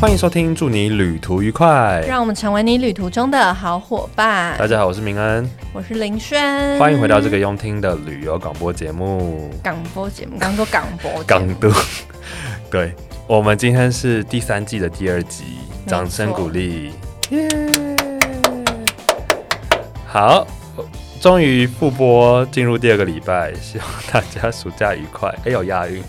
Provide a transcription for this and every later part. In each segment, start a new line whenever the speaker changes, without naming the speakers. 欢迎收听，祝你旅途愉快。
让我们成为你旅途中的好伙伴。
大家好，我是明恩，
我是林轩，
呃欢迎回到这个用听的旅游广播节目
港播节目，刚说港播节目
《港都》。对，我们今天是第三季的第二集，
没
掌声
错
鼓励。耶！好，终于复播进入第二个礼拜， 希望大家暑假愉快。哎，有押韵。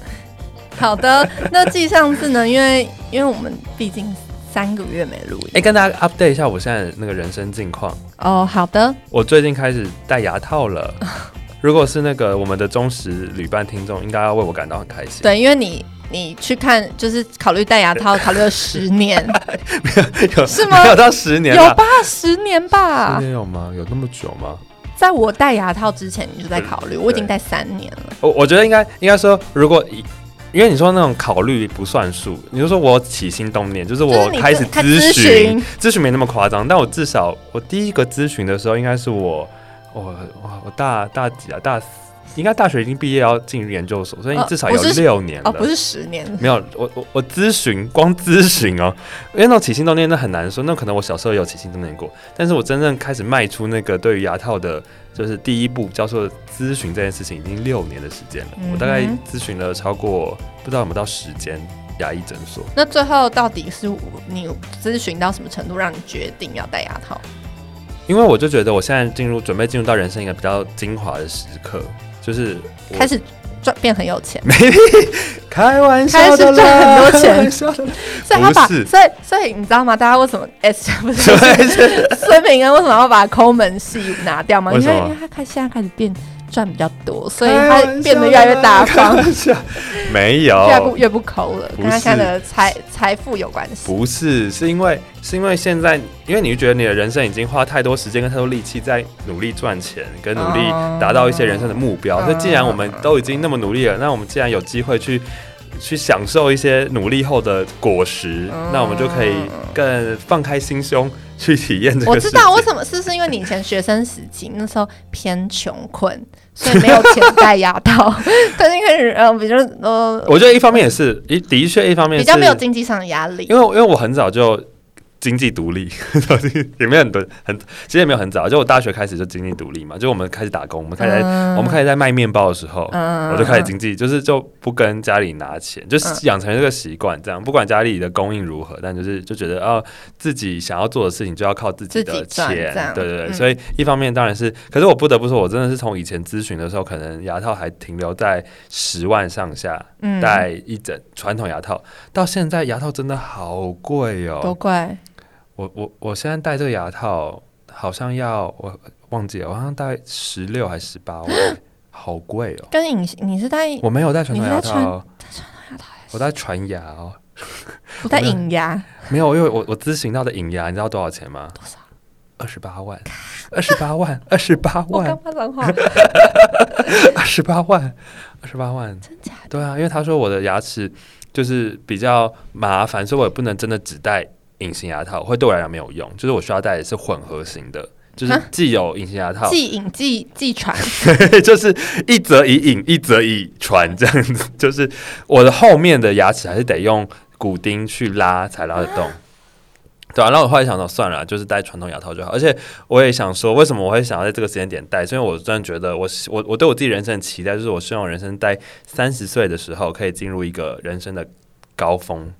好的，那继上次呢？因为因为我们毕竟三个月没录
哎，
音。
跟大家 update 一下我现在那个人生近况。
哦，好的，
我最近开始戴牙套了。 如果是那个我们的忠实旅伴听众，应该要为我感到很开心。
对，因为你你去看，就是考虑戴牙 套，考虑了十年，
有
是 吗
没有到十年啊
有
了？
吧？十年吧
十，年有吗？有那么久吗？
在我戴牙套之前，你就在考虑，我已经
对
戴三年了。
我我觉得应该应该说，如果以因为你说那种考虑不算数，你就说我起心动念，就是
就是
我
你
开始
开
咨
咨
询
询，
咨询没那么夸张，但我至少我第一个咨询的时候，应该是我我我我大大几啊大四，应该大学已经毕业要进研究所，所以
哦
至少有
不是
六年了。
哦，不是十年，
没有，我我我咨询，光咨询哦，因为那种起心动念那很难说，那可能我小时候也有起心动念过，但是我真正开始迈出那个对于牙套的，就是第一步叫做咨询这件事情，已经六年的时间了，
嗯哼
我大概咨询了超过不知道有没有到十间牙医诊所，
那最后到底是你咨询到什么程度，让你决定要戴牙套？
因为我就觉得我现在进入准备进入到人生一个比较精华的时刻，就是我
开始赚变很有钱，
开玩笑的
开始赚很多钱
开玩笑的啦，
所以他把，
不是
所以所以你知道吗？大家为什么 S 不是
什么意思？
孙明恩为什么要把抠门系拿掉吗？
为
因
什
为
么
因为他开现在开始变赚比较多，所以
开
他
玩笑
变得越来越
的啦
大方
开，玩笑 没有，
越来不越不抠了，
不
跟他
是
他的财财富有关系。
不是，是因为是因为现在，因为你觉得你的人生已经花太多时间跟太多力气在努力赚钱，跟努力
哦
达到一些人生的目标。
嗯
那、既然我们都已经那么努力了，那我们既然有机会去去享受一些努力后的果实，
嗯
那我们就可以更放开心胸去体验这个
我
世界。
知道为什么是是因为你以前学生时期那时候偏穷困，所以没有钱戴牙套，但是因为呃，比如呃，
我觉得一方面也是，一的确一方面
比
是
较没有经济上的压力
因。为我因为我很早就经济独立， 也没有很多很，其实也没有很早，就我大学开始就经济独立嘛，就我们开始打工，我们开始在、
嗯
我们开始在卖面包的时候，
嗯
我就开始经济，就是就不跟家里拿钱，就是
嗯
养成这个习惯，这样不管家里的供应如何，但就是就觉得啊、自己想要做的事情就要靠自己
自
的
己赚
钱
这，样
对对对，
嗯
所以一方面当然是，可是我不得不说，我真的是从以前咨询的时候，可能牙套还停留在十万上下，
嗯
戴一整传统牙套，到现在牙套真的好贵
嗯多
哦！
怪，
我我我现在戴这个牙套好像要我忘记了，我好像戴十六还十八万， 好贵哦！
跟隐形你是戴
我没有戴传统牙
你是戴
套
传
哦，我戴传牙哦，
不戴隐牙？
没有，因为我我咨询到的隐牙，你知道多少钱吗？
多少？
二十八万，二十八万，二十八
我刚
万，
发 脏话，
二 十八万，二十八万，
真假的？
对啊，因为他说我的牙齿就是比较麻烦，所以我也不能真的只戴隐形牙套，会对我来讲没有用。就是我需要戴的是混合型的，就是
啊
既有隐形牙套，
既隐既 既传，
就是一则以隐，一则以传这样子。就是我的后面的牙齿还是得用骨钉去拉才拉得动。对啊，然后我后来想说，算了，就是戴传统牙套就好。而且我也想说，为什么我会想要在这个时间点戴？是因为我真的觉得我，我我对我自己人生的期待，就是我希望我人生在三十岁的时候可以进入一个人生的高峰，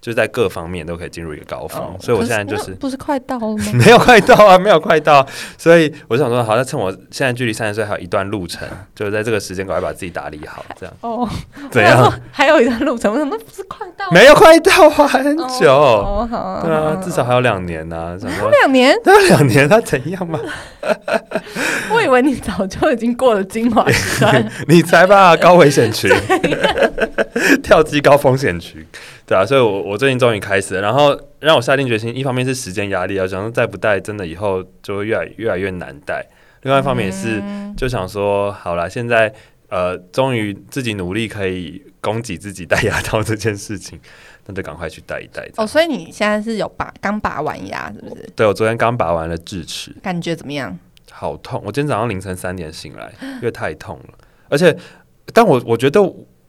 就是在各方面都可以进入一个高峰。哦所以我现在就
哦可
是
那不是快到了吗？
没有快到啊，没有快到，所以我想说，好，那趁我现在距离三十岁还有一段路 程，就是在这个时间赶快把自己打理好，这样
哦，
怎
我想
样？
说？ 还有一段路程，我想那不是快到了吗？
没有快到啊，很
哦
久，
哦，好啊，
对
好
啊，
好
至少还有两年呐、想 说
两年，
那两年他怎样嘛？
我以为你早就已经过了精华 时代。
你才 吧，高危险群， 跳机高风险区，对啊，所以我我最近终于开始了，然后让我下定决心，一方面是时间压力啊，想说再不戴，真的以后就会越来越来越难戴，另外一方面也是。
嗯
就想说，好啦，现在呃，终于自己努力可以供给自己戴牙套这件事情，那就赶快去戴一戴。
哦，所以你现在是有拔刚拔完牙，是不是？
对我昨天刚拔完了智齿，
感觉怎么样？
好痛！我今天早上凌晨三点醒来，因为太痛了，而且，但我我觉得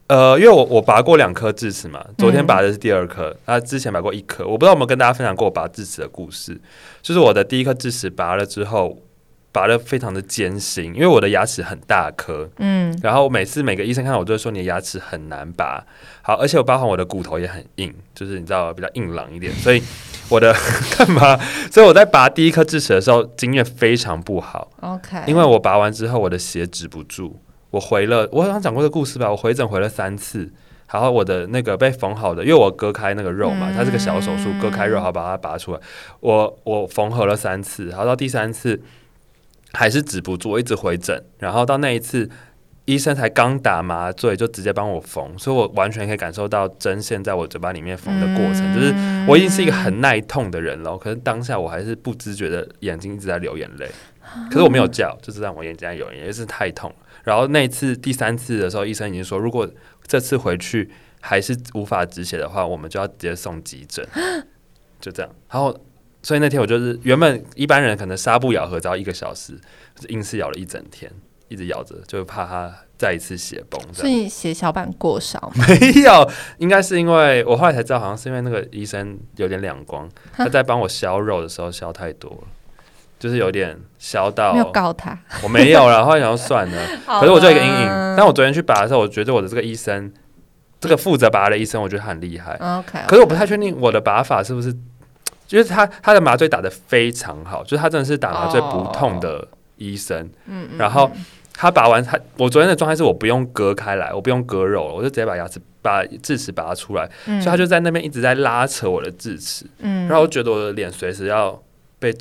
呃，因为我我拔过两颗智齿嘛，昨天
嗯
拔的是第二颗，那、之前拔过一颗，我不知道有没有跟大家分享过我拔智齿的故事。就是我的第一颗智齿拔了之后，拔的非常的艰辛，因为我的牙齿很大颗，
嗯
然后每次每个医生看到我都会说你的牙齿很难拔，好，而且我包含我的骨头也很硬，就是你知道比较硬朗一点，所以我的 干嘛？所以我在拔第一颗智齿的时候经验非常不好，
，OK，
因为我拔完之后我的血止不住，我回了我好像讲过这个故事吧，我回诊回了三次。然后我的那个被缝好的，因为我割开那个肉嘛，它是个小手术，割开肉，好把它拔出来。我我缝合了三次，然后到第三次还是止不住，我一直回诊，然后到那一次医生才刚打麻醉就直接帮我缝，所以我完全可以感受到针线在我嘴巴里面
嗯
缝的过程，就是我已经是一个很耐痛的人了，可是当下我还是不自觉的眼睛一直在流眼泪，可是我没有叫，就是让我眼睛在流眼泪，因为是太痛了。然后那一次第三次的时候，医生已经说，如果这次回去还是无法止血的话，我们就要直接送急诊，就这样。然后，所以那天我就是原本一般人可能纱布咬合只要一个小时，就是硬是咬了一整天，一直咬着，就怕它再一次血崩这样。
所以血小板过少嘛，
没有，应该是因为我后来才知道，好像是因为那个医生有点两光，他在帮我削肉的时候削太多了，就是有点削 到
没有告他。
我没有了，后来想要算了，可是我就有一个阴影。
哦
但我昨天去拔的时候，我觉得我的这个医生，这个负责拔的医生，我觉得他很厉害。
OK，
可是我不太确定我的拔法是不是，就是他他的麻醉打得非常好，就是他真的是打麻醉不痛的医生。
嗯嗯
然后他拔完他，我昨天的状态是我不用割开来，我不用割肉了，我就直接把牙齿把智齿拔出来，
嗯
所以他就在那边一直在拉扯我的智齿，
嗯
然后我觉得我的脸随时要被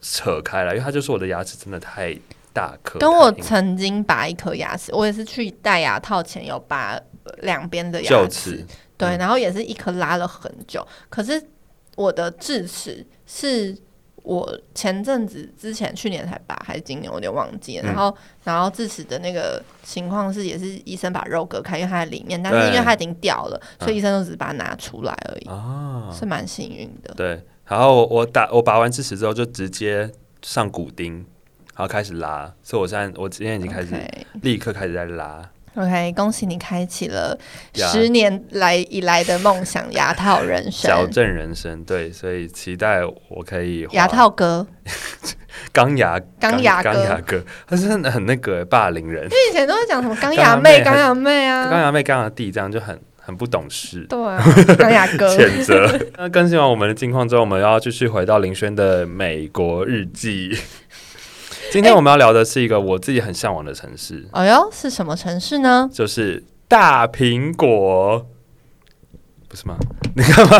扯开来，因为他就说我的牙齿真的太大颗，
跟我
太硬
曾经拔一颗牙齿，我也是去戴牙套前有拔呃两边的牙
臼
齿
齿，，
对，
嗯
然后也是一颗拉了很久。可是我的智齿是我前阵子之前去年才拔，还是今年我有点忘记了。
嗯
然后然后智齿的那个情况是，也是医生把肉割开，因为它在里面，但
对
是因为它已经掉了，所以
嗯
医生就只是把它拿出来而已，
啊，
是蛮幸运的。
对，然后我我打我拔完智齿之后就直接上骨钉，然后开始拉，所以我现在我今天已经开始
OK
立刻开始在拉，
OK，恭喜你开启了
呀
十年来以来的梦想牙套人生。
矫正人生，对，所以期待我可以
牙
花
套哥，
钢牙
钢牙哥
钢牙哥，他是很很那个欸霸凌人，
因为以前都会讲什么钢牙妹、
钢
钢
牙
牙妹
钢
啊，
牙妹、钢牙弟这样就很很不懂事。
对啊，钢牙 哥。
谴责。 那更新完我们的近况之后，我们要继续回到林轩的美国日 记。今天我们要聊的是一个我自己很向往的城市，
哎呦，是什么城市呢？
就是大苹果，不是吗？ 你干嘛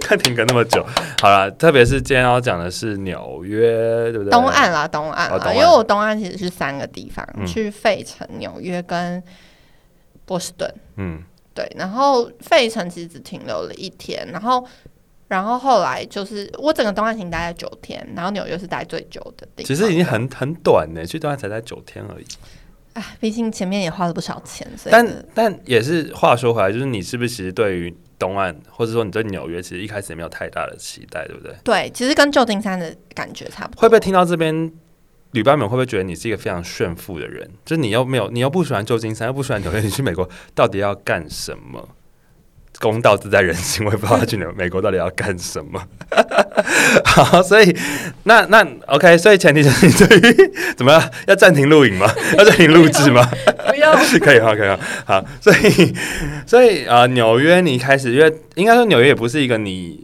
看停格那么久？好了，特别是今天要讲的是纽约，对不对？
东岸啦，东岸啦，
哦东岸
因为我东岸其实是三个地方，
嗯
去费城、纽约跟波士顿。
嗯，
对，然后费城其实只停留了一天，然后然后后来就是我整个东岸行待了九天，然后纽约是待最久的地方。
其实已经很很短呢，去东岸才待九天而已。
哎，毕竟前面也花了不少钱，所以
但但也是话说回来，就是你是不是其实对于东岸，或者说你对纽约，其实一开始也没有太大的期待，对不对？
对，其实跟旧金山的感觉差不多。
会不会听到这边旅伴们会不会觉得你是一个非常炫富的人？就是你又没有，你又不喜欢旧金山，又不喜欢纽约，你去美国到底要干什么？公道自在人心，我也不知道他去纽美国到底要干什么。好，所以那那 OK，所以前提就是你对于怎么样要暂停录影吗？要暂停录制吗？
不 要
可以哈，啊可以哈，好，所以 所以呃，纽约你一开始，因为应该说纽约也不是一个你，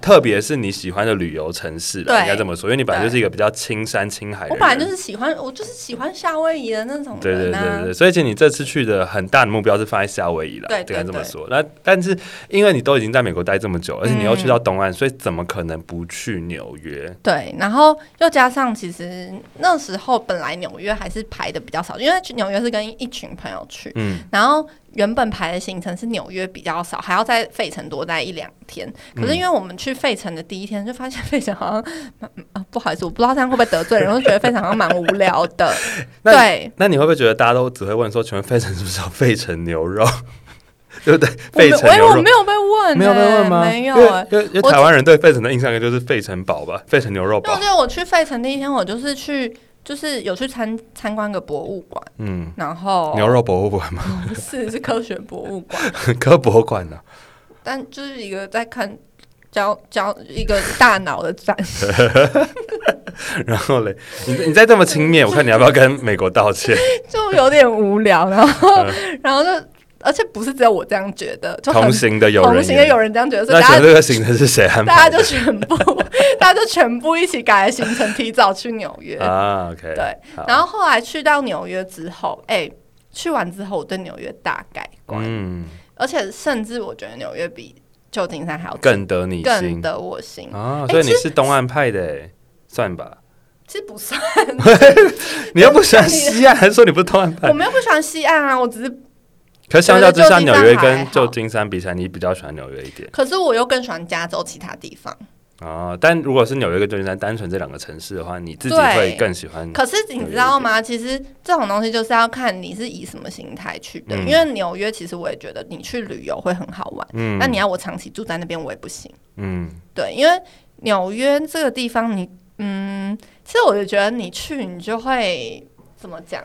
特别是你喜欢的旅游城市啦，
对
应该这么说，因为你本来就是一个比较青山青海的
我
人，
本来就是喜欢，我就是喜欢夏威夷的那种
对对
人
对对
啊。
对，所以其实你这次去的很大的目标是放在夏威夷了，
对
应该这么
对对
说。那但是因为你都已经在美国待这么久，而且你又去
嗯
到东岸，所以怎么可能不去纽约？
对，然后又加上，其实那时候本来纽约还是排的比较少，因为去纽约是跟一群朋友去，
嗯，
然后原本排的行程是纽约比较少，还要在费城多待一两天。可
嗯
是因为我们去费城的第一天就发现 费城好像蛮、啊，不好意思，我不知道这样会不会得罪人，我就觉得费城好像蛮无聊的。
那
对，
那你会不会觉得大家都只会问说，请问费城是不是有费城牛肉？ 对不对？
我没
费
有，
城
哎，
牛
我
肉
没有被 问、欸，
没有被问吗？
没有、
因为
欸。
因为因为
我
台湾人对费城的印象应该就是费城堡吧，费城牛肉
那我
堡
记。得我去费城第一天，我就是去。就是有去参参观个博物馆，
嗯，
然后
牛肉博物馆嘛，
不是 是科学博物馆，
科博馆啊呢、
但就是一个在看教教一个大脑的展示。
然后嘞，你你再这么轻蔑，我看你要不要跟美国道歉？
就有点无聊，然后、 然后就，而且不是只有我这样觉得，就很
同行的有人
同
也，
行也有人这样觉得，所
那
以
请
大
问
家
这个行程是谁安
大
排
家就全部大家就全部一起改了行程，提早去纽约。
的？啊，OK，
对，
好，
然后后来去到纽约之后，哎、去完之后我对纽约大改观，
嗯，
而且甚至我觉得纽约比旧金山还要
更得你
更
心
得我心。
啊，
哎
所以你
其
是东岸派的欸，算吧。
其实不算，
你又不喜欢西岸，还说你不是东岸派
我？们又不喜欢西岸啊，我只是，
可是相较之下，
觉得旧金
纽
山
约
还
跟
好
旧金山比起来，你比较喜欢纽约一点
可是我又更喜欢加州其他地方。
啊。但如果是纽约跟旧金山单纯这两个城市的话，你自己
对
会更喜欢
可是你知道吗？其实这种东西就是要看你是以什么心态去的。
嗯
因为纽约，其实我也觉得你去旅游会很好玩，
嗯
那你要我长期住在那边，我也不行。
嗯
对，因为纽约这个地方你，嗯，其实我就觉得你去，你就会怎么讲？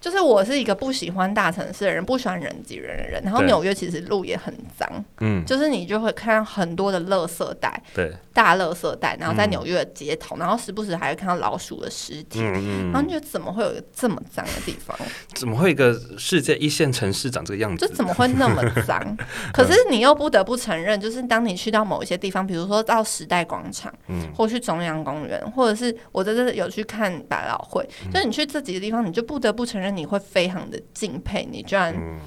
就是我是一个不喜欢大城市的人，不喜欢人挤人的人。然后
对
纽约其实路也很脏，
嗯，
就是你就会看到很多的垃圾袋、
对，
大垃圾袋，然后在
嗯
纽约的街头，然后时不时还会看到老鼠的尸体。
嗯
然后
嗯，
你觉得怎么会有一个这么脏的地方？
怎么会一个世界一线城市长这个样
就
子？
怎么会那么 脏？可是你又不得不承认，就是当你去到某一些地方，比如说到时代广场，
嗯
或去中央公园，或者是我在这有去看百老汇，
嗯
就是你去这几个地方，你就不得不承认，你会非常的敬佩，你居然
嗯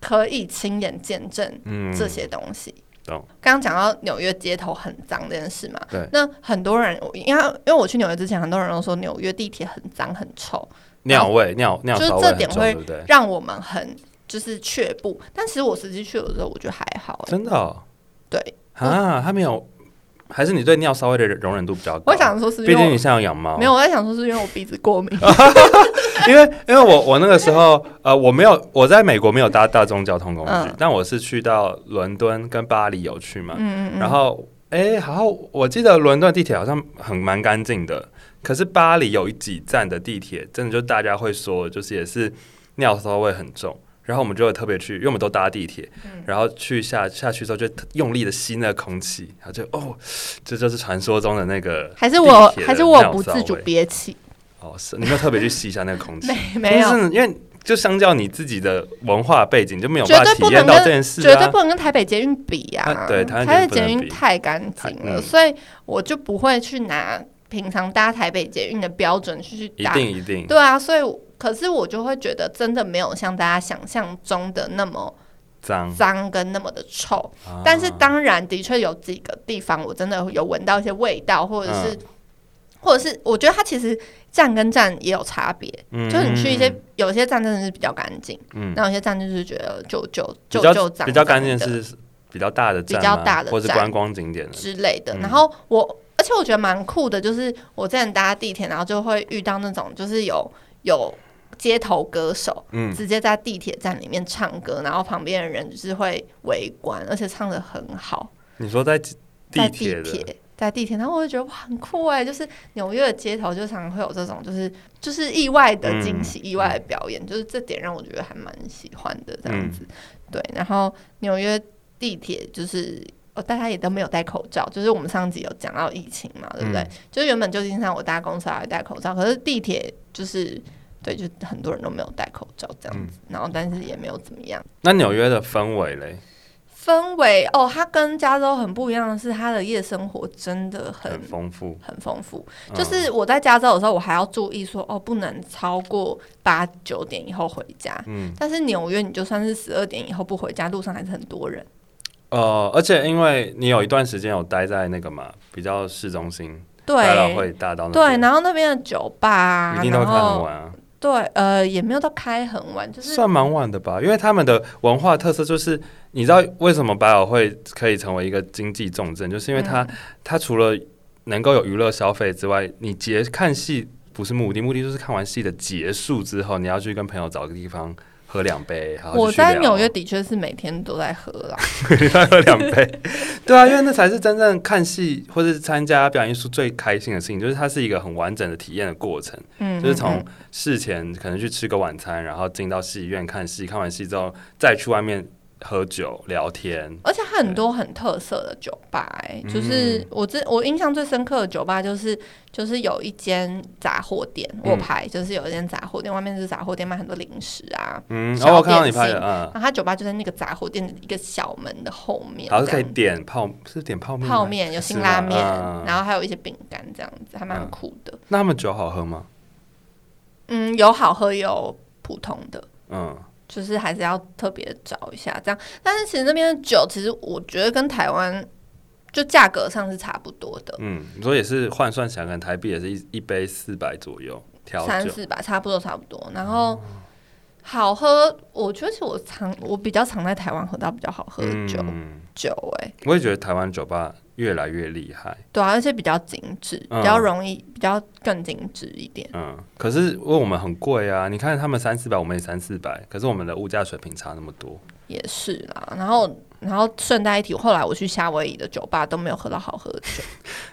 可以亲眼见证
嗯，
这些东西。
懂
刚刚讲到纽约街头很脏这件事嘛，
对
那很多人，我因为因为我去纽约之前，很多人都说纽约地铁很脏很臭，
尿味尿尿
就是
骚
这
味很
点
重，
会
对不对？
让我们很就是却步。但其实我实际去的时候，我觉得还好、欸。
真的哦
对，
啊，他没有，还是你对尿骚味的容忍度比较高？
我想说是
毕
因
竟
为
你哦现在有养猫，
我没有，我在想说是因为我鼻子过敏。
因为因为我我那个时候呃我没有我在美国没有搭大众交通工具，
嗯
但我是去到伦敦跟巴黎有去嘛，
嗯嗯嗯。
然后哎好像我记得伦敦地铁好像很蛮干净的，可是巴黎有几站的地铁真的就大家会说就是也是尿骚味很重。然后我们就有特别去，因为我们都搭地铁，
嗯
然后去下下去之后就用力的吸那个空气，然后就哦，这就是传说中的那个
还是我
地铁的
还是我
尿
不
骚
自主
味
憋气，
哦，是你没有特别去吸一下那个空气？
没 没有
就，是因为就相较你自己的文化背景，就没有
绝
办法
对
体
不
验
能
到
跟
这件事、啊，
绝对不能跟台北捷运比呀、
啊对台
台
北捷运
北
不能
捷
比
运太干净
太
了，
嗯
所以我就不会去拿平常搭台北捷运的标准去
一
搭。
定一定，
对啊，所以我可是我就会觉得真的没有像大家想象中的那么
脏。
脏跟那么的臭，
嗯啊
但是当然的确有几个地方我真的有闻到一些味道，或者
嗯
是、或者是我觉得它其实站跟站也有差别，就是你去一些有些站真的是比较干净，
嗯
那有些站就是觉得就就
比
就
较
就脏
比较干净
脏的
是比较大的站吗，
比较大的
或是
站
观光景点的
之类的。
嗯
然后我，而且我觉得蛮酷的，就是我之前搭地铁，然后就会遇到那种就是有有街头歌手，
嗯
直接在地铁站里面唱歌，然后旁边的人就是会围观，而且唱的很好，
你说在地
在地
铁的，
铁。在地铁，然后我就觉得哇，很酷哎！就是纽约的街头，就常常会有这种，就是就是意外的
嗯
惊喜、意外的表演，就是这点让我觉得还蛮喜欢的这
嗯
样子。对，然后纽约地铁就是哦，大家也都没有戴口罩，就是我们上集有讲到疫情嘛，对不对？
嗯
就是原本旧金山我搭公司还会戴口罩，可是地铁就是对，就很多人都没有戴口罩这
嗯
样子，然后但是也没有怎么样。
那纽约的氛围嘞，
氛围哦，它跟加州很不一样的是，它的夜生活真的很
很丰富，
很丰富。
嗯
就是我在加州的时候，我还要注意说哦，不能超过八九点以后回家。
嗯
但是纽约，你就算是十二点以后不回家，路上还是很多人。
呃，而且因为你有一段时间有待在那个嘛，比较市中心，百老
对
汇大道那
对，
边
然后那边的酒吧啊，
一定都会
然
看很
后
晚啊。
对，呃，也没有到开很晚，就是
算蛮晚的吧，因为他们的文化特色就是，你知道为什么百老汇可以成为一个经济重镇，就是因为
嗯
它、它除了能够有娱乐消费之外，你结看戏不是目的，目的就是看完戏的结束之后，你要去跟朋友找个地方喝两杯，然后就
我
去聊
在纽约的确是每天都在喝啦，
你再 喝两杯。对啊，因为那才是真正看戏或者是参加表演艺术最开心的事情，就是它是一个很完整的体验的过程，
嗯，
就是
嗯
从
嗯
事前可能去吃个晚餐，然后进到戏院看戏，看完戏之后再去外面喝酒聊天。
而且很多很特色的酒吧、欸，
嗯
就是我之我印象最深刻的酒吧就是就是有一间杂货店，
嗯
我拍就是有一间杂货店，外面是杂货店卖很多零食啊，
嗯，
小
哦，我看到你
点
拍的，
心
嗯，
那他酒吧就在那个杂货店的一个小门的后面，
然后
这
可以
样
点泡，是点泡面吗，
泡面有
是
辛
吗
拉面，
嗯
然后还有一些饼干这样子，还蛮
嗯
酷的。
那他们酒好喝吗？
嗯，有好喝有普通的，
嗯，
就是还是要特别找一下这样。但是其实那边的酒，其实我觉得跟台湾就价格上是差不多的，
嗯，你说也是换算起来，可能台币也是一一杯四百左右调
三
酒。
四吧，差不多差不多。然后。
哦
好喝，我觉得其实我常我比较常在台湾喝到比较好喝的酒、
嗯，
酒哎、
我也觉得台湾酒吧越来越厉害。
对啊，而且比较精致，
嗯
比较容易，比较更精致一点。
嗯，可是因为我们很贵啊，你看他们三四百，我们也三四百，可是我们的物价水平差那么多。
也是啦。然后，然后顺带一提，后来我去夏威夷的酒吧都没有喝到好喝的酒，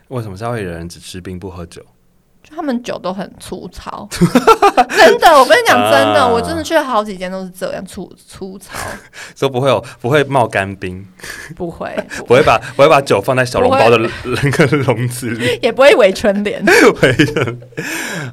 为什么夏威夷人只吃冰不喝酒？
就他们酒都很粗 糙，真的，我跟你讲真的，
啊
我真的去了好几间都是这样粗粗糙，
说不会有，不会冒干冰，
不会，
不会把不会把酒放在小笼包的 那个笼子里。
也不会围春联。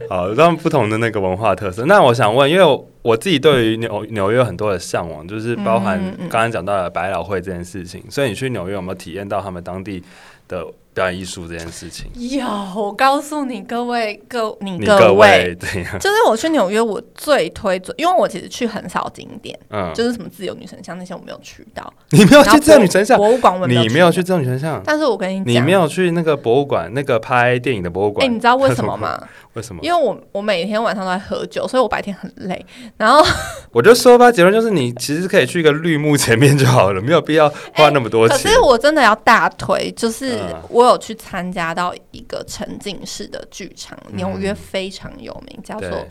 好，让不同的那个文化特色。那我想问，因为我我自己对于纽纽约有很多的向往，就是包含
嗯嗯嗯
刚刚讲到的百老汇这件事情，所以你去纽约有没有体验到他们当地的表演艺术这件事情？
有，我告诉你各位，各你
你
嗯各
各位怎 样？
就是我去纽约，我最推最，因为我其实去很少景点，
嗯，
就是什么自由女神像那些我没有去到，
你没有
然后
去这女神像，
博物馆我也
你没有去
到，
这女神像，
但是我跟你讲，
你没有去那个博物馆，那个拍电影的博物
哎、
馆，
你知道为什么吗？
为 什么？
因为我我每天晚上都在喝酒，所以我白天很累。 然后，
我就说吧，结论就是你其实可以去一个绿幕前面就好了，没有必要花那么多
可
钱
是。我真的要大推，就是
嗯
我有去参加到一个沉浸式的剧场，
嗯
纽、约非常有名，叫做
对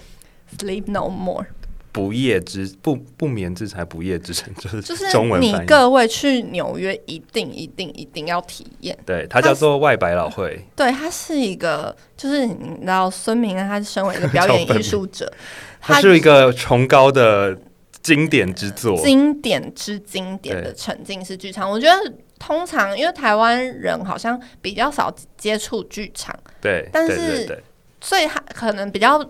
Sleep No More，
不夜之不不眠之才不夜之城，就是
就是
中文
你
翻译。
各位去纽约一定一定一定要体验。
对，它叫做外百老汇。
对，它是一个，就是你知道孙明啊，他是身为一个表
叫本
演
名
艺术者，
它是一个崇高的经典之作。
经典之经典的沉浸式剧场。我觉得通常因为台湾人好像比较少接触剧场，
对，
但是
对对对，
所以他可能比较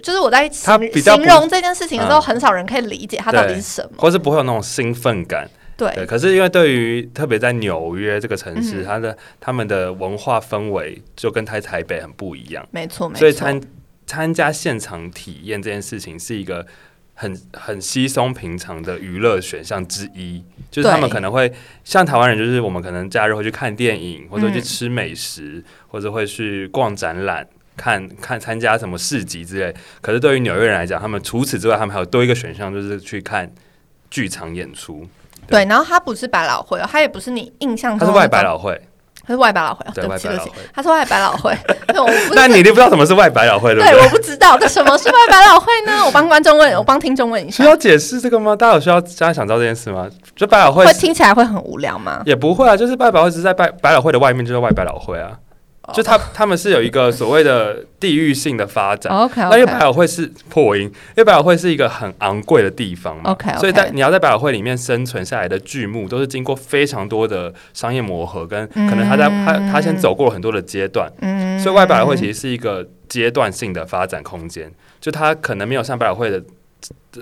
就是我在
他
形
比较不
形容这件事情的时候，
嗯
很少人可以理解它到底是什么。
或是不会有那种兴奋感。
对，
对，可是因为对于特别在纽约这个城市，
嗯
它的他们的文化氛围就跟台台北很不一样。
没错，没
所以
错。
参参加现场体验这件事情是一个很很稀松平常的娱乐选项之一。就是他们
对
可能会像台湾人，就是我们可能假日会去看电影，或者会去
嗯
吃美食，或者会去逛展览。看看参加什么市集之类，可是对于纽约人来讲，他们除此之外，他们还有多一个选项，就是去看剧场演出。对
对，然后它不是百老汇哦，它也不是你印象
它
中
是
的
外百，老汇，
它是外百老汇，哦
对
对不起，
外
对
百
不
老
起
汇，
它是外百老汇。 对，我不
那
是。
你一定不知道什么是外百老汇，对不嗯
对，我不知道，那什么是外百老汇呢？我帮观众问，我帮听众问一
需
下，
要解释这个吗？大家有需要大家想知道这件事吗？就百老汇
会
是
听起来会很无聊 吗？
也不会啊，就是拜百老汇是在百百老汇的外面，就是外百老汇啊。
哦
就他他们是有一个所谓的地域性的发展。
哦 OK
啊那因为百
OK
老汇是破音，因为百老汇是一个很昂贵的地方嘛
OK，OK
所以在你要在百老汇里面生存下来的剧目，都是经过非常多的商业磨合，跟可能他在、他他先走过很多的阶段，
嗯，
所以外百老汇其实是一个阶段性的发展空间，就它可能没有像百老汇的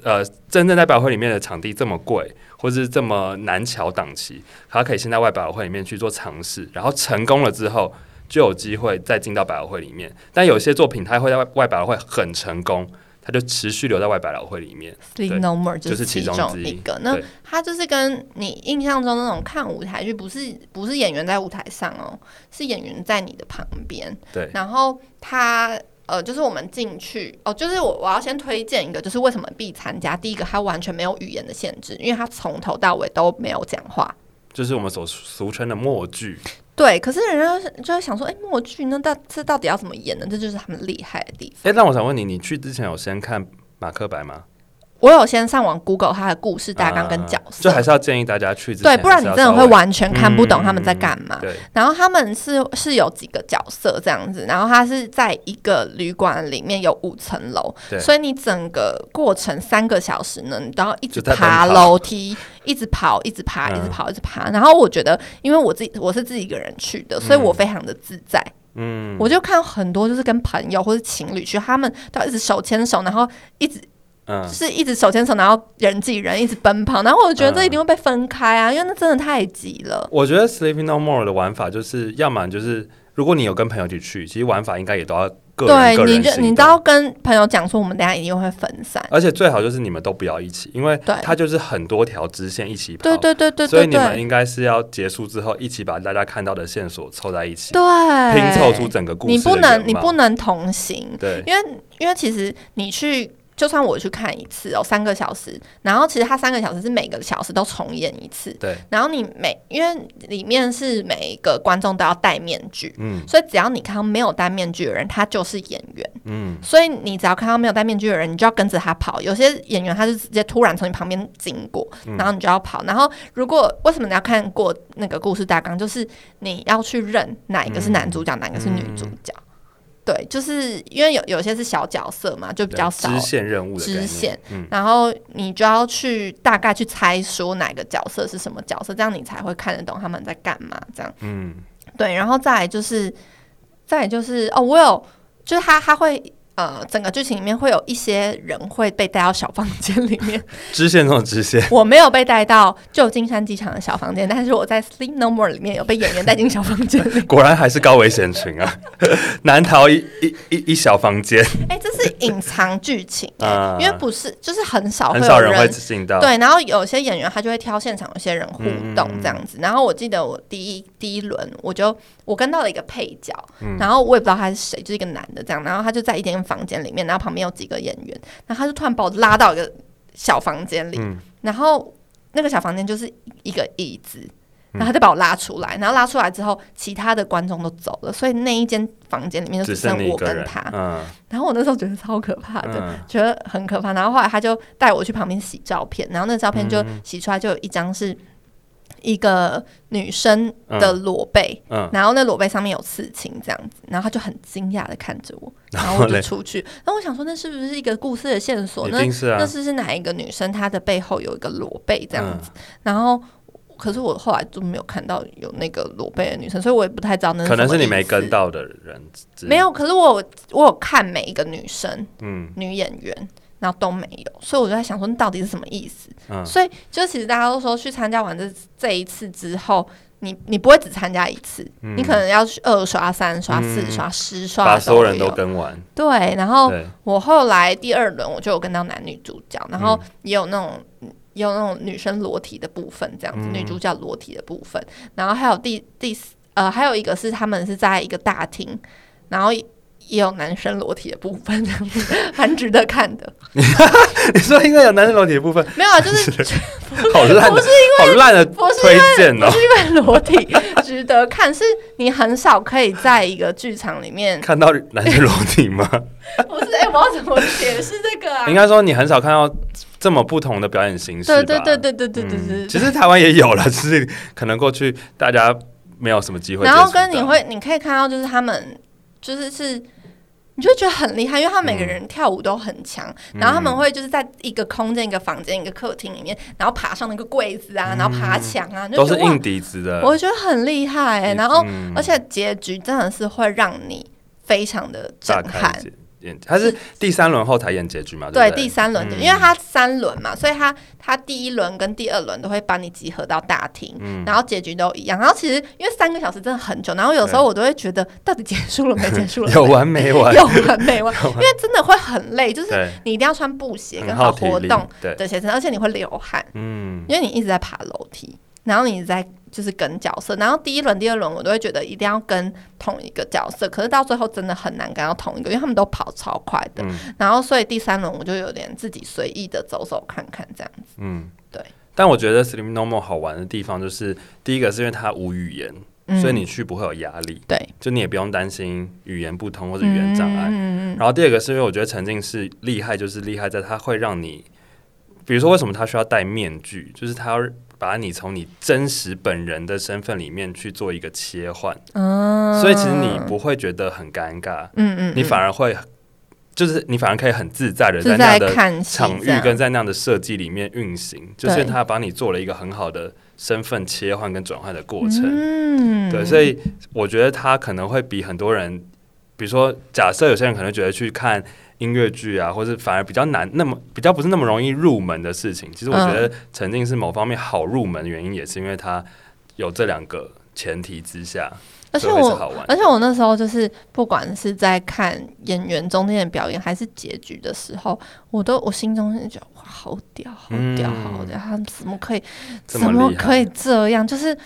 呃真正在百老汇里面的场地这么贵，或是这么难瞧档期，它可以先在外百老汇里面去做尝试，然后成功了之后。就有机会再进到百老汇里面，但有些作品它会在外外百老汇很成功，它就持续留在外百老汇里面。对
Sleep No More
就是
是
其
其
中之一
一个。那
对
它就是跟你印象中那种看舞台剧，不是不是演员在舞台上哦，是演员在你的旁边。
对，
然后它呃，就是我们进去哦，就是我我要先推荐一个，就是为什么必参加。第一个，它完全没有语言的限制，因为它从头到尾都没有讲话。
就是我们所俗称的默剧。
对，可是人家就是就会想说，哎、默剧那到这到底要怎么演呢？这就是他们厉害的地方。
哎、那我想问你，你去之前有先看马克白吗？
我有先上网 Google 他的故事大纲跟角
啊
色，
就还是要建议大家去之前
对，不然
还
你
是要
真的
稍
会
微嗯
完全看不懂他们在干嘛。
对，
然后他们是是有几个角色这样子，然后他是在一个旅馆里面有五层楼
对，
所以你整个过程三个小时呢，你都要一直
就在奔
爬
跑
楼梯，一直跑，一直爬，一直
嗯
跑，一直爬。然后我觉得，因为我自己我是自己一个人去的，所以我非常的自在。
嗯，
我就看很多就是跟朋友或是情侣去，他们都要一直手牵手，然后一直
嗯
就是一直手牵手，然后人挤人，一直奔跑。然后我觉得这一定会被分开
嗯
啊，因为那真的太挤了。
我觉得 Sleeping No More 的玩法就是，要么就是如果你有跟朋友一起去，其实玩法应该也都要个人
对
个，人
你就
行
你
动
都要跟朋友讲说，我们等一下一定会分散。
而且最好就是你们都不要一起，因为
对
它就是很多条支线一起跑。
对对对对
所以
对
你们
对，
应该是要结束之后，一起把大家看到的线索凑在一起，
对，
拼凑出整个故事。
你不能你不。能同行，
对，
因为因为其实你去。就算我去看一次哦，三个小时，然后其实它三个小时是每个小时都重演一次，
对，
然后你每因为里面是每一个观众都要戴面具，
嗯
所以只要你看到没有戴面具的人，他就是演员。
嗯，
所以你只要看到没有戴面具的人，你就要跟着他跑。有些演员他是直接突然从你旁边经过，然后你就要跑。然后如果为什么你要看过那个故事大纲，就是你要去认哪一个是男主角，哪一个是女主角。对，就是因为有有些是小角色嘛，就比较少
支线任务的概念
支线，
嗯，
然后你就要去大概去猜说哪个角色是什么角色，这样你才会看得懂他们在干嘛。这样，
嗯，
对，然后再来就是，再来就是哦，我有，就是他他会呃，整个剧情里面会有一些人会被带到小房间里面，
支线中的支线，。
我没有被带到旧金山机场的小房间，但是我在《Sleep No More》里面有被演员带进小房间里
果然还是高危险群啊， 难逃一一一一小房间，
哎、这是隐藏剧情、哎
啊
因为不是就是很少会
很
有
少人会进到。
对，然后有些演员他就会挑现场有些人互动
嗯
这样子。然后我记得我第一第一轮，我就我跟到了一个配角，
嗯
然后我也不知道他是谁，就是一个男的这样。然后他就在一间房间里面，然后旁边有几个演员，然后他就突然把我拉到一个小房间里，
嗯
然后那个小房间就是一个椅子。
嗯
然后他就把我拉出来，然后拉出来之后，其他的观众都走了，所以那一间房间里面就
只
剩
剩你一
我
个
跟
人
他。，
嗯
然后我那时候觉得超可怕的，
嗯
觉得很可怕。然后后来他就带我去旁边洗照片，然后那照片就
嗯
洗出来就有一张是一个女生的裸背，
嗯，
然后那裸背上面有刺青这样子，然后他就很惊讶的看着我，
然
然
后
后我就
嘞
出去。然后我想说，那是不是一个故事的线索？
一
那
定是啊
那，是是哪一个女生她的背后有一个裸背这样
嗯
子？然后。可是我后来就没有看到有那个裸背的女生，所以我也不太知道那
可能
什
是
么
你
意
没
思
跟到的人，
没，有，可是我有我有看每一个女生，
嗯
女演员，然后都没有，所以我就在想说，那到底是什么意思？
嗯，
所以就其实大家都说，去参加完这这一次之后，你你不会只参加一次，你可能要去二刷、三刷、四刷、十刷，
嗯把所有人都跟完，
对。然后
对，
我后来第二轮我就有跟到男女主角，然后也有那种。也有那种女生裸体的部分，这样子，女主角裸体的部分，然后还有第第四呃，还有一个是他们是在一个大厅，然后也也有男生裸体的部分，这样子，蛮值得看的。
你说因为有男生裸体的部分，
没有啊，就是
好烂
不
的
是，因
好烂的
不是
推荐
为
哦
不，是因为裸体值得看，是你很少可以在一个剧场里面，
看到男生裸体 吗？
不是哎、我要怎么解释这个啊
应？该说你很少看到这么不同的表演形式吧。
对对对对对对对对
嗯其实台湾也有了，只是可能过去大家没有什么机会接
然
触到。
后跟你会，你可以看到，就是他们就是是，你就会觉得很厉害，因为他们每个
嗯
人跳舞都很强，然后他们会就是在一个空间、一个房间、一个客厅里面，然后爬上那个柜子啊，然后爬墙啊，你
嗯
就
都
觉
是
得哇
硬底子的，
我觉得很厉害、欸。然后，
嗯
而且结局真的是会让你非常的震
大开
撼。
眼眼，他是第三轮后才演结局嘛？
对
不嗯
第三轮的，因为它三轮嘛，所以它它第一轮跟第二轮都会把你集合到大厅，
嗯
然后结局都一样。然后其实因为三个小时真的很久，然后有时候我都会觉得到底结 束了没？结束了没
有完没完？
有完 没完？因为真的会很累，就是
对，
你一定要穿布鞋
很
跟
耗
好
嗯体
活
力
动
对，
的鞋子，而且你会流汗，
嗯，
因为你一直在爬楼梯，然后你一直在就是跟角色，然后第一轮、第二轮我都会觉得一定要跟同一个角色，可是到最后真的很难跟到同一个，因为他们都跑超快的，
嗯
然后所以第三轮我就有点自己随意的走走看看这样子，
嗯，
对。
但我觉得《Slim Normal》好玩的地方就是，第一个是因为它无语言，
嗯
所以你去不会有压力，
对
就你也不用担心语言不通或者语言障碍。
嗯嗯嗯
然后第二个是因为我觉得沉浸式厉害，就是厉害在它会让你比如说为什么他需要戴面具，就是他要把你从你真实本人的身份里面去做一个切换，
嗯，
所以其实你不会觉得很尴尬，
嗯，嗯嗯，
你反而会。就是你反而可以很自在的
是
在那
在
样的
看戏
场
这
域
样
跟在那样的设计里面运行，就是
对
他帮你做了一个很好的身份切换跟转换的过程。
嗯，
对，所以我觉得他可能会比很多人，比如说，假设有些人可能觉得去看音乐剧啊，或是反而比较难，那么比较不是那么容易入门的事情。其实我觉得沉浸式某方面好入门的原因，也是因为它有这两个前提之下，
嗯而且
所以会是
我
好玩
而且我那时候就是，不管是在看演员中间的表演，还是结局的时候，我都我心中就觉得哇，好屌，好屌，
嗯
好屌！他们怎么可以，
这
怎
么
么
厉害
可以这样？就是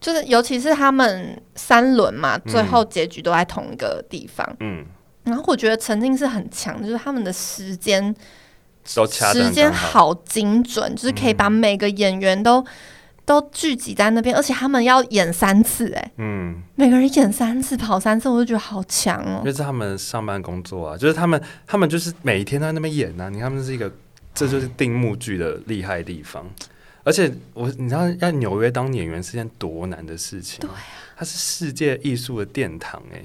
就是，尤其是他们三轮嘛，
嗯
最后结局都在同一个地方。
嗯，
然后我觉得沉浸是很强，就是他们的时间
都掐得
时
很
间
刚好。嗯
好精准，就是可以把每个演员都、都聚集在那边，而且他们要演三次、哎。
嗯，
每个人演三次，跑三次，我就觉得好强
因
哦、
为是他们上班工作啊，就是他们，他们就是每一天都在那边演啊。你看他们是一个，这就是定目剧的厉害地方。而且我，你知道，要纽约当演员是件多难的事情。对啊，它是世界艺术的殿堂哎、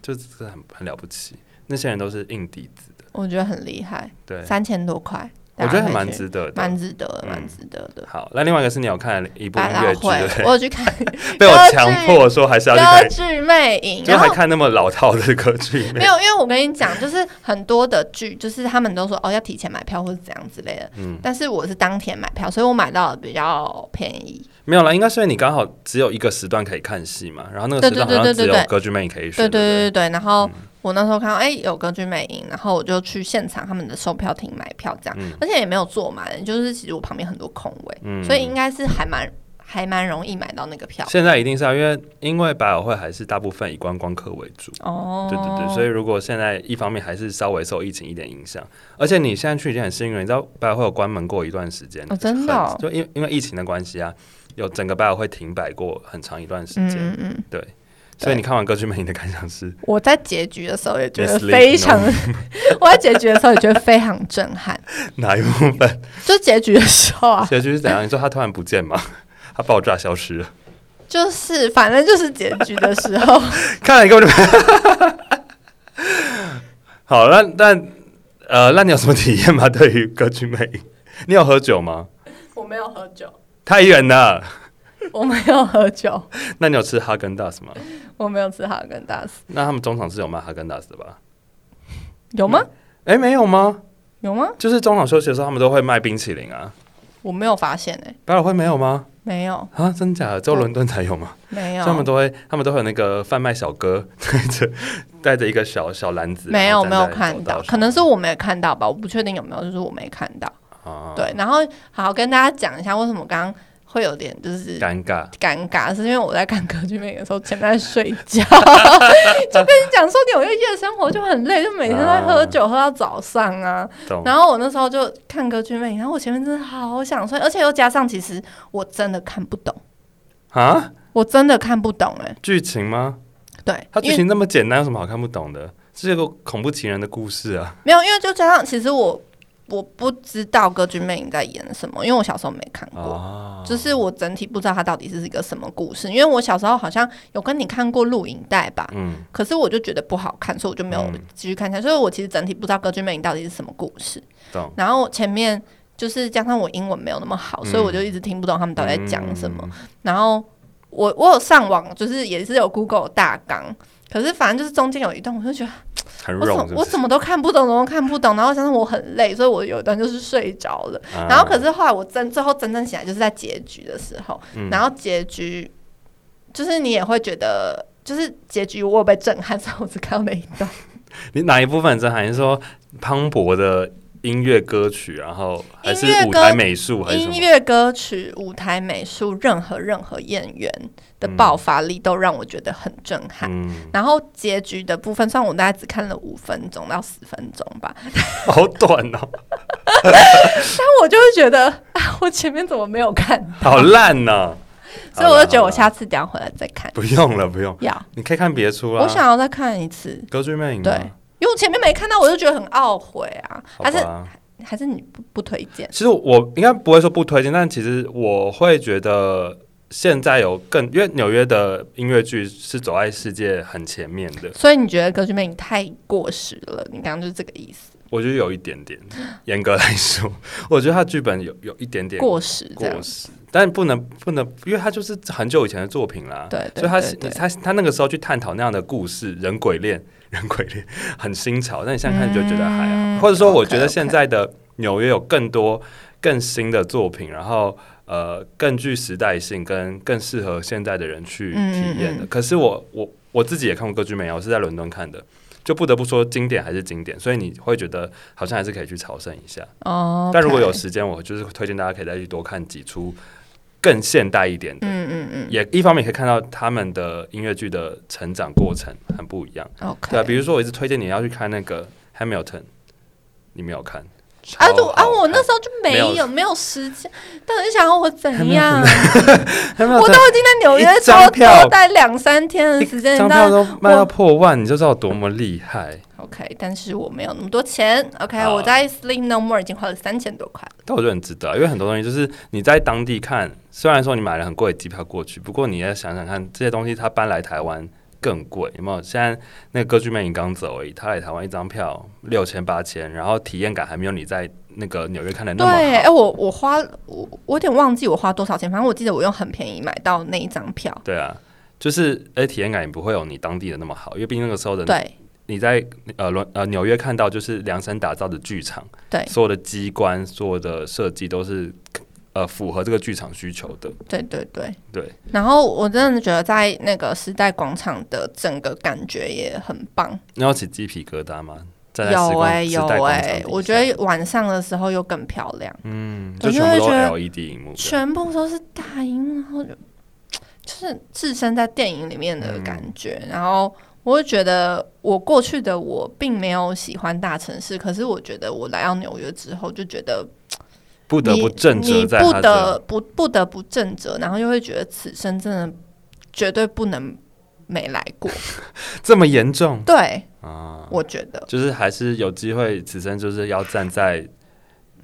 就是这个很很了不起。那些人都是硬底子的，
我觉得很厉害，
对，
三千多块，
我觉得还
大家可以
蛮
去
值得的
蛮。值得的，
嗯
蛮值得的。
好，那另外一个是你有看一部音
百
乐
老
剧，对
汇
不，对
我有 去看
被我
歌剧
强迫说还是要去
歌
看，
剧魅影，
就
然
还
后
看那么老套的歌剧里
没
面。
有，因为我跟你讲，就是很多的剧，就是他们都说哦要提前买票或者怎样之类的，
嗯，
但是我是当天买票，所以我买到的比较便宜。
没有啦，应该是因为你刚好只有一个时段可以看戏嘛，然后那个
对
时段好
对
像
对
只
对对
有
对
歌剧魅影可以
对
选。
对
对
对对，然后
嗯
我那时候看到哎、有歌剧魅影，然后我就去现场他们的售票厅买票这样，
嗯
而且也没有坐满，就是其实我旁边很多空位，
嗯
所以应该是还蛮还蛮容易买到那个票
不对。现在一定是要，因为因为百老汇还是大部分以观光客为主。
哦
对对对，所以如果现在一方面还是稍微受疫情一点影响，而且你现在去已经很幸运了，你知道百老汇有关门过一段时间，
哦真的哦
很就因因为疫情的关系啊，有整个百老汇停摆过很长一段时间，
嗯嗯嗯，
对，所以你看完歌剧魅影的感想是，
我在结局的时候也觉得
Yes, Lee,
非常， 我在结局的时候也觉得非常震撼，
哪一部 分？
就结局的时候啊，
结局是怎样？你说他突然不见吗？ 他爆炸消失了？
就是反正就是结局的时候，
看来你根本就没。 好，那那呃，那你有什么体验吗？对于歌剧魅影， 你有喝酒吗？
我没有喝酒，
太远了。
我没有喝酒，
那你有吃哈根达斯吗？
我没有吃哈根达斯，
那他们中场是有卖哈根达斯的吧？
有吗？
哎、没有吗？
有吗？
就是中场休息的时候，他们都会卖冰淇淋啊。
我没有发现哎、
百老汇没有吗？
没有，
啊，真假的？只有伦敦才有吗？
没
所
有，
以他们都会，他们都会有那个贩卖小哥 带着带着一个小小篮子，
没
然
有
后站
没有
在
看
走道
到，
上
可能是我没看到吧，我不确定有没有，就是我没看到。
啊，
对，然后好跟大家讲一下为什么我刚刚会有点就是
尴尬。
尴尬，是因为我在看歌剧魅影的时候，前面在睡 觉，就跟你讲说纽约夜生活就很累，就每天都在喝酒，喝到早上啊。
懂。
然后我那时候就看歌剧魅影，然后我前面真的好想睡，而且又加上其实我真的看不懂，
啊，
我真的看不懂哎、
剧情吗？
对，
它
因
剧
为
情那么简单，有什么好看不懂的？这是个恐怖情人的故事啊！
没有，因为就加上，其实我我不知道歌剧魅影在演什么，因为我小时候没看过。
哦，
就是我整体不知道它到底是一个什么故事，因为我小时候好像有跟你看过录影带吧，
嗯，
可是我就觉得不好看，所以我就没有
嗯
继续看下去。所以我其实整体不知道《歌剧魅影》到底是什么故事。
懂。
然后前面就是加上我英文没有那么好，所以
嗯
我就一直听不懂他们到底在讲什么。然后我我有上网，就是也是有 Google 大纲，可是反正就是中间有一段，我就觉得。
嗯？很
我怎
弱
么，我怎么都看不懂，怎么都看不懂，然后加上我很累，所以我有一段就是睡着了。然后可
是
是后来我真最后真正醒来，就是在结局的时候，
嗯
然后结局就是你也会觉得，就是结局我有被震撼， 所以我只看到那一段。
啊你哪一部分在喊？你说磅礴的音乐歌曲，然后还是
音乐歌
舞台美术，还是什
音
么？
乐、歌曲、舞台美术，任何任何演员的爆发力都让我觉得很震撼。
嗯，
然后结局的部分，虽然我大概只看了五分钟到十分钟吧，
好短哦，
但我就会觉得啊，我前面怎么没有看
好烂呐！
所以我就觉得
好啦
我下次等一下回来再看
好啦。不用了，不用，
要，
你可以看别出啦。
我想要再看一次，
歌剧魅影吗
对因为我前面没看到，我就觉得很懊悔啊。
好
还是
吧，
还是你不不推荐？
其实我应该不会说不推荐，但其实我会觉得现在有更，因为纽约的音乐剧是走在世界很前面的，
所以你觉得《歌剧魅影》太过时了？你刚刚就是这个意思，
我觉得有一点点。严格来说，我觉得他剧本有有一点点
过时这样
过。时，但不能不能，因为他就是很久以前的作品啦。
对对
所以他
对对
他他那个时候去探讨那样的故事，人鬼恋， 人鬼恋很新潮。但你现在看你就觉得还好，
嗯
或者说我
OK，
觉得
OK
现在的纽约有更多更新的作品，然后呃更具时代性，跟更适合现在的人去体验的。
嗯嗯嗯
可是我我我自己也看过歌剧魅影，我是在伦敦看的。就不得不说经典还是经典，所以你会觉得好像还是可以去朝圣一下。
哦，
但如果有
OK
时间，我就是推荐大家可以再去多看几出更现代一点的，
嗯嗯
也一方面可以看到他们的音乐剧的成长过程很不一样。
嗯，OK。
对啊，比如说我一直推荐你要去看那个 Hamilton，你没有看
啊，
超
就啊，
好
我那
看
时候就没
哦没
有
有
没有时间，但你想要 我怎样？我
Hamilton
都已经在纽约
一张
超
票
多待两三天的时间，
一张
你知
票
道
都卖到
我
破万，你就知道多么厉害。
？OK，但是我没有那么多钱。OK，
好
我在 Sleep No More 已经花了三千多块。
但我觉得很值得啊，因为很多东西就是你在当地看，虽然说你买了很贵的机票过去，不过你要想想看，这些东西它搬来台湾更贵，有没有？现在那个歌剧魅影刚走而已，它来台湾一张票六千八千，然后体验感还没有你在那个纽约看的那
对，
么
哎、
好。
我我花我我有点忘记我花多少钱，反正我记得我用很便宜买到那一张票。
对啊，就是哎，体验感也不会有你当地的那么好，因为毕竟那个时候的
对
你在呃伦呃纽约看到就是量身打造的剧场，
对
所有的机关、所有的设计都是呃符合这个剧场需求的，
对对对。
对。
然后我真的觉得在那个时代广场的整个感觉也很棒。
你有起鸡皮疙瘩吗？站在时
有
光
哎、
时
有
代广
哎、
场底下
我觉得晚上的时候又更漂亮，
嗯，
我
就
就
全部都
会觉得
LED 荧幕的，
全部都是大荧幕，然后就就是置身在电影里面的
嗯
感觉。然后我就觉得，我过去的我并没有喜欢大城市，可是我觉得我来到纽约之后，就觉得
不得
你
不震
你
慑在
不
它
得
的。
不不得不正折，然后又会觉得此生真的绝对不能没来 过。
这么严重
对，
啊！
我觉得
就是还是有机会，此生就是要站在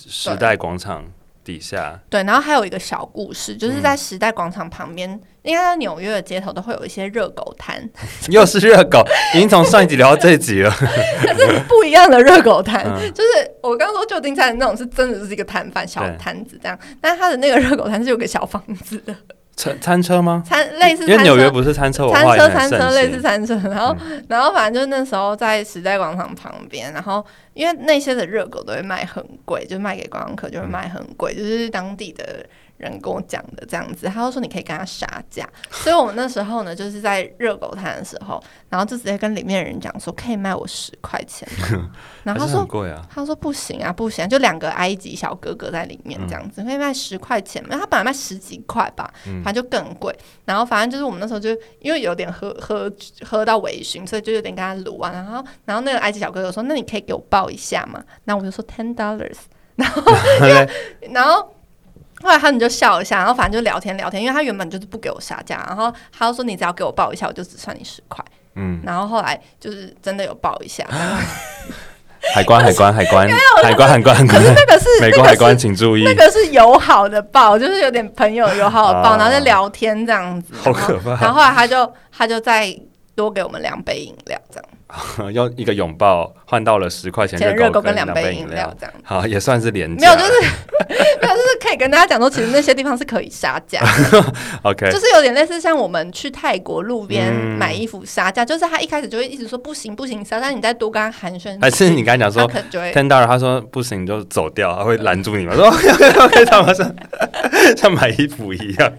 时代广场底下。
对，然后还有一个小故事，就是在时代广场旁边，应该在纽约的街头都会有一些热狗摊，
又是热狗，已经从上一集聊到这一集了。
可是不一样的热狗摊。
嗯
就是我刚说旧金山的那种是真的就是一个摊贩小
对
摊子这样，但是它的那个热狗摊是有个小房子的，
餐餐车吗？
餐类似
因为
餐
纽约
车。
不是餐车文
餐
化也
车、
很嗯
餐车
盛
类似
行。
餐车，然后、然后反正就是那时候在时代广场旁边，然后因为那些的热狗都会卖很贵，就卖给观光客
嗯
就会卖很贵，就是当地的人跟我讲的这样子，他就说你可以跟他杀价，所以我们那时候呢就是在热狗摊的时候，然后就直接跟里面的人讲说可以卖我十块钱 吗，然
还
后他
是
说
很贵啊，
他说不行啊，不行、啊，就两个埃及小哥哥在里面
嗯
这样子，可以卖十块钱嘛？他本来卖十几块吧，
嗯
反正就更贵。然后反正就是我们那时候就因为有点喝喝喝到微醺，所以就有点跟他撸啊。然后然后那个埃及小哥哥说：“那你可以给我报一下嘛？”那我就说 ten dollars，然后。后来他们就笑一下，然后反正就聊天聊天，因为他原本就是不给我杀价，然后他就说你只要给我报一下，我就只算你十块。
嗯，
然后后来就是真的有报一下，
海关海关海关海关海关海
可是
关，
那个是
美
那
国
个
海
是
关请注意，
那个是友好的抱，就是有点朋友友好的抱，
啊
然后在聊天这样子，
好可怕
然后然后后来他就他就再多给我们两杯饮料这 样，
用一个拥抱换到了十块钱
前
热
热
狗
狗跟两
两
杯饮
饮
料。这样。
好，也算是廉
没
价。
有，就是 没有，就是可以跟大家讲说，其实那些地方是可以杀价，
OK，
就是有点类似像我们去泰国路边
嗯
买衣服杀价，就是他一开始就会一直说不行不行杀价，你再多跟他寒暄几句，
还是你刚才讲
他
说
可能就会
天到了，他说不行你就走掉，他会拦住你嘛？ 说 OK OK OK，他们像像买衣服一样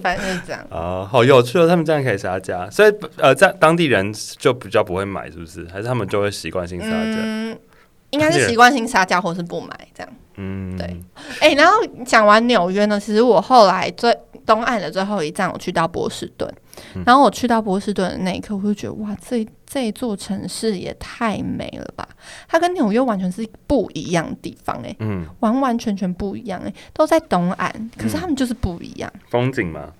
反正就是这 样。
啊、好有趣哦！他们这样可以杀价，所以呃，在当地人就比较不会买，是不是？还是他们就会习惯性杀价？
嗯，应该是习惯性杀价或是不买这样。
嗯，
对哎、然后讲完纽约呢，其实我后来最东岸的最后一站，我去到波士顿。然后我去到波士顿的那一刻，我就觉得哇，这这一座城市也太美了吧！它跟纽约完全是不一样的地方、哎，
嗯，
完完全全不一样、哎，都在东岸，可是他们就是不一样。
风景嘛，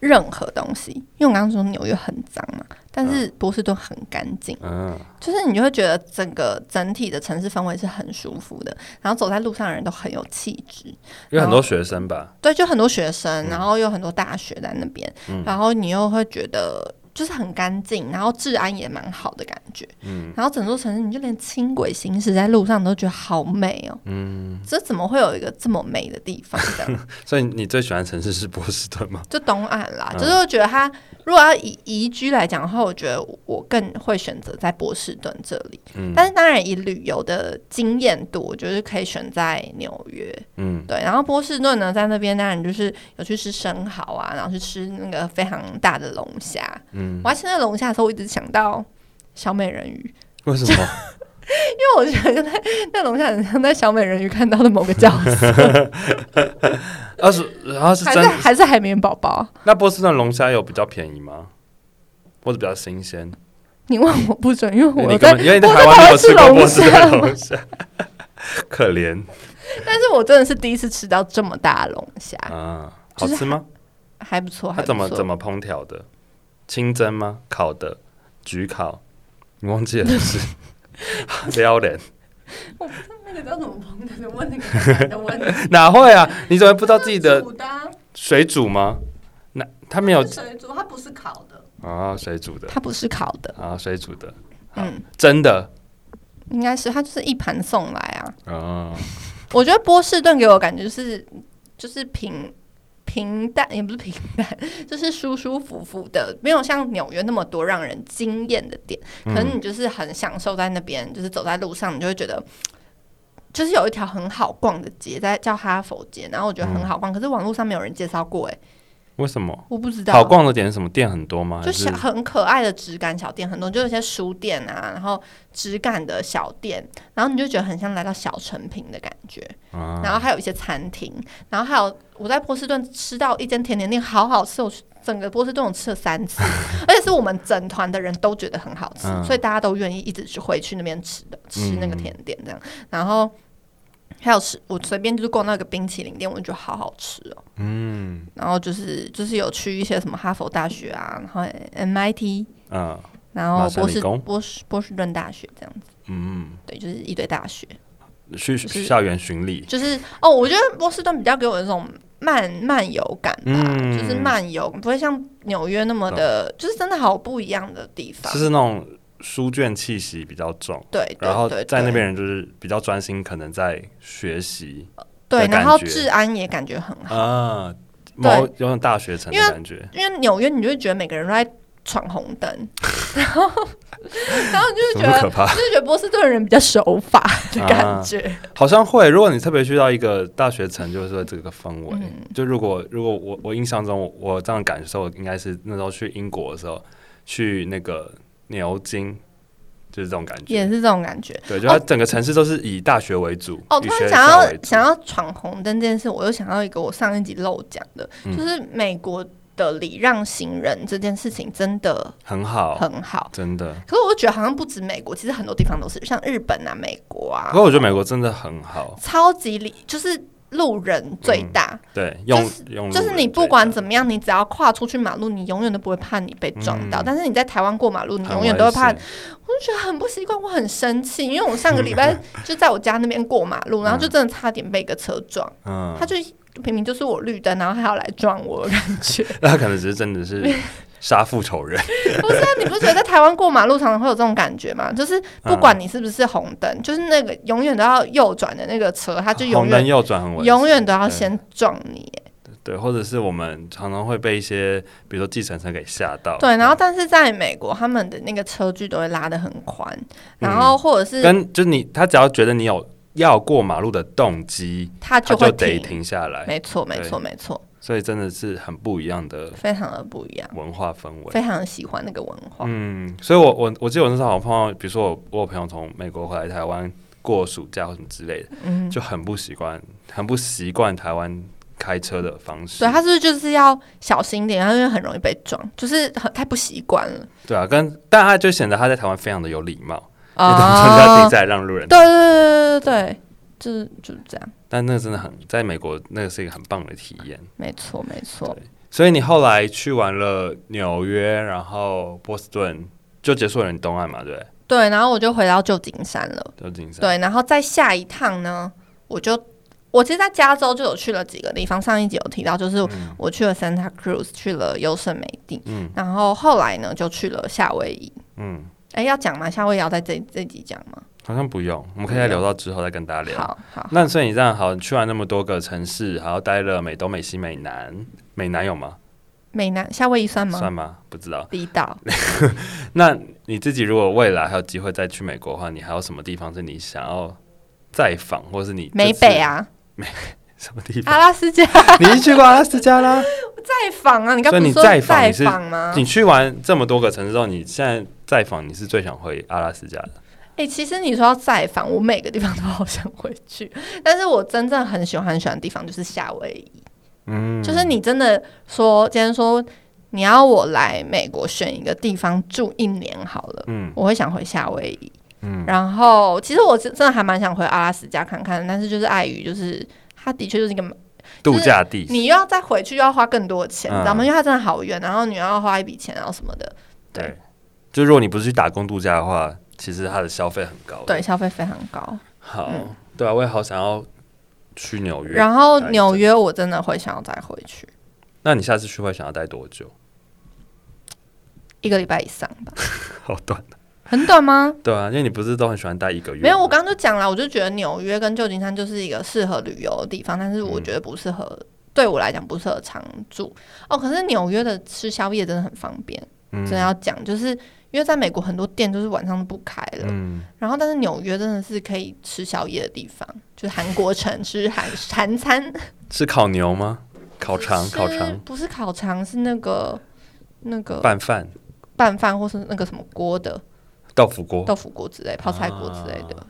任何东西，因为我刚刚说纽约很脏嘛，但是波士顿很干净，
嗯，
就是你就会觉得整个整体的城市氛围是很舒服的，然后走在路上的人都很有气质，
有很多学生吧，
对，就很多学
嗯
生，然后有很多大学在那边，然后你又会觉得。就是很干净，然后治安也蛮好的感觉，
嗯
然后整座城市你就连轻轨行驶在路上你都觉得好美哦，
嗯，
这怎么会有一个这么美的地方？这样
所以你最喜欢的城市是波士顿吗？
就东岸啦，
嗯
就是我觉得他如果要以宜居来讲的话，我觉得我更会选择在波士顿这里。
嗯
但是当然以旅游的经验度，我觉得可以选在纽约。
嗯
对，然后波士顿呢，在那边当然就是有去吃生蚝啊，然后去吃那个非常大的龙虾。
嗯，
我要吃那个龙虾的时候，我一直想到小美人鱼，
为什 么？
因为我觉得那那龙虾很像在小美人鱼看到的 某个角色，
二十，然啊后是
还
真
是还是海绵宝宝。
那波士顿龙虾有比较便宜吗？或者比较新鲜？
你问我不准，因为
因为
我
你
在
根本因为你在
我
台湾没有吃
台
过
湾
波
吃
士
龙虾
顿龙虾， 可怜
但是我真的是第一次吃到这么大的龙虾，
啊！好
就是
吃吗？
还不错，
它
还不错。
怎么怎么烹调的？清蒸吗？烤的？焗烤？你忘记了 是？不要脸，
那个叫怎么烹调？问那个男的问题。
哪会啊？你怎么会 不知道自己 的
煮的啊
水煮吗？那它没有
是水煮，它不是烤的，
啊，水煮的
它不是烤的，
啊，水煮的，好
嗯，
真的
应该是它就是一盘送来啊。
啊，
我觉得波士顿给我感觉就是就是平平淡，也不是平淡， 就是舒舒服服的，没有像纽约那么多让人惊艳的点。可能
嗯
你就是很享受在那边，就是走在路上，你就会觉得，就是有一条很好逛的街，在叫哈佛街，然后我觉得很好逛，可是网络上没有人介绍过、哎，
为什么？
我不知道，
好逛的点是什么？店很多吗？
就
还是
小很可爱的质感小店很多，就有一些书店啊，然后质感的小店，然后你就觉得很像来到小成品的感觉，
啊，
然后还有一些餐厅，然后还有我在波士顿吃到一间甜点店，好好吃，我去整个波士顿我吃了三 次，而且是我们整团的人都觉得很好吃，
嗯
所以大家都愿意一直去回去那边吃的，吃那个甜点这样，然后。还有吃，我随便就是逛到一个冰淇淋店，我就觉得好好吃哦。
嗯
然后就是就是有去一些什么哈佛大学啊，然后 MIT，
啊
然后
麻省
波
理
士
工
波士波士顿大学这样子，
嗯。
对，就是一堆大学。
去
就是
校园巡礼，
就是哦，我觉得波士顿比较给我一种慢慢游感吧，
嗯
就是漫游，不会像纽约那么的，就是真的好不一样的地方
就。是那种书卷气息比较重，
对，对
然后
对
在那
对
边人就是比较专心，可能在学习
对，
的感
然后
觉
治安也感觉很好，
啊，某有种大学城的
因为
感觉，
因为纽约你就会觉得每个人都在闯红灯，然后然后你
怎
就会
么
觉
可啊
得。
怕？
就是觉得波士顿人比较守法 的感觉，
好像会，如果你特别去到一个大学城，就是会这个氛围。
嗯
就如果如果我我印象中我我这样感受，应该是那时候去英国的时候，去那个牛津，就是这种感
也
觉。
是这种感觉。
对，就它整个城市都是以大学为主，
哦，
以
突然
学
想
校为
要
主
想要闯红灯这件事，我又想到一个我上一集漏讲的，
嗯
就是美国的礼让行人这件事情真的
很好，
很好。
真的。
可是我觉得好像不止美国，其实很多地方都是，像日本啊、美国啊
不，过我觉得美国真的很好，
超级礼就是路人最大，
对，用、
就是
用嗯路
就是你
人
不管
对
怎么样，你只要跨出去马路，你永远都不会怕你被撞到。
嗯
但是你在台湾过马路，你
的
永远都会怕
很危险
我就觉得很不习惯，我很生气，因为我上个 礼拜就在我家那边过马路，然后就真的差点被一个车撞，
嗯，
他就明明就是我绿灯，然后还要来撞我的感觉。
那 他可能只是真的 是杀父仇人，
不是啊，你不觉 得在台湾过马路常常会有这种感觉吗？就是
嗯
不管你是不是红灯，就是那个永远都要右转的那个车，它就永
红灯
远
右转很危险，
永远都要先撞你。
对，或者是我们常常会被一些比如说计程车给吓到，
对，然后但是在美国，他们的那个车距都会拉得很宽，然后或者是
嗯跟就你他只要觉得你有要过马路的动机，
他
他
就
就
会
得
停。
停下来，
没错，没
对
错，没错，
所以真的是很不一样的
非常的不一样，
文化氛围。
非常喜欢那个文化。
嗯，所以我我我记得我那时候好像碰到，比如说我我有朋友从美国回来台湾过暑假或什么之类的，
嗯，
就很不习惯，很不习惯台湾开车的方式。
所以他是不是就是要小心点，然后因为很容易被撞，就是很太不习惯了
对啊，跟但他就显得他在台湾非常的有礼貌，你懂吗？就要
啊
停！下来让路人。
对对对对对对，就是就是这样。
但那个真的很，在美国那个是一个很棒的体验。
没错，没错
对。所以你后来去完了纽约，然后波士顿，就结束了你东岸嘛，对不对？
对，然后我就回到旧金山了。
旧金山。
对，然后再下一趟呢，我就我其实，在加州就有去了几个地方。上一集有提到，就是我去了 Santa Cruz，去了优胜美地，
嗯
然后后来呢就去了夏威夷。
嗯，
哎，要讲吗？夏威夷要在这这集讲吗？
好像不用，我们可以再聊到之后再跟大家聊。
好好，
那所以你这样好，你去完那么多个城市，然后待了美东、美西、美南，美南有吗？
美南夏威夷算吗？
算吗？不知道。
离岛，
那你自己如果未来还有机会再去美国的话，你还有什么地方是你想要再访，或是你这
美
次
北啊，
什么地方？
阿拉斯加
你是去过阿拉斯加啦？
再访啊！你刚
所以
不
你
是说
再访
再
你是
访吗？
你去完这么多个城市之后，你现在再访，你是最想回阿拉斯加的？
哎、其实你说要再访，我每个地方都好想回去，但是我真正很喜欢很喜欢的地方就是夏威夷。
嗯，
就是你真的说，今天说你要我来美国选一个地方住一年好了，
嗯
我会想回夏威夷。
嗯
然后其实我真真的还蛮想回阿拉斯加看看，但是就是碍于就是它的确就是一个
度假地，
你又要再回去又要花更多的钱，
嗯
你知道吗？因为它真的好远，然后你又要花一笔钱，然啊后什么的，
对，就如果你不是去打工度假的话，其实它的消费很高。
对，，消费非常高。
好，
嗯
对啊，我也好想要去纽约。
然后
待一阵
纽约我真的会想要再回去
那你下次去会想要待多久？
一个礼拜以上吧，
好短，
很 短吗？
对啊，因为你不是都很喜欢待一个月吗？
没有，我刚刚就讲了，我就觉得纽约跟旧金山就是一个适合旅游的地方，但是我
嗯
觉得不适合，对我来讲不适合常住。哦，可是纽约的吃宵夜真的很方便，
嗯
真的要讲，就是因为在美国很多店就是晚上都不开了，
嗯，
然后但是纽约真的是可以吃宵夜的地方，就是韩国城吃韩 韩餐，
是烤牛吗？烤肠，
是
烤肠，
不是烤肠，是那个那个
拌哦饭，
拌饭或是那个什么锅的
豆腐锅，
豆腐锅之类、泡菜锅之类的，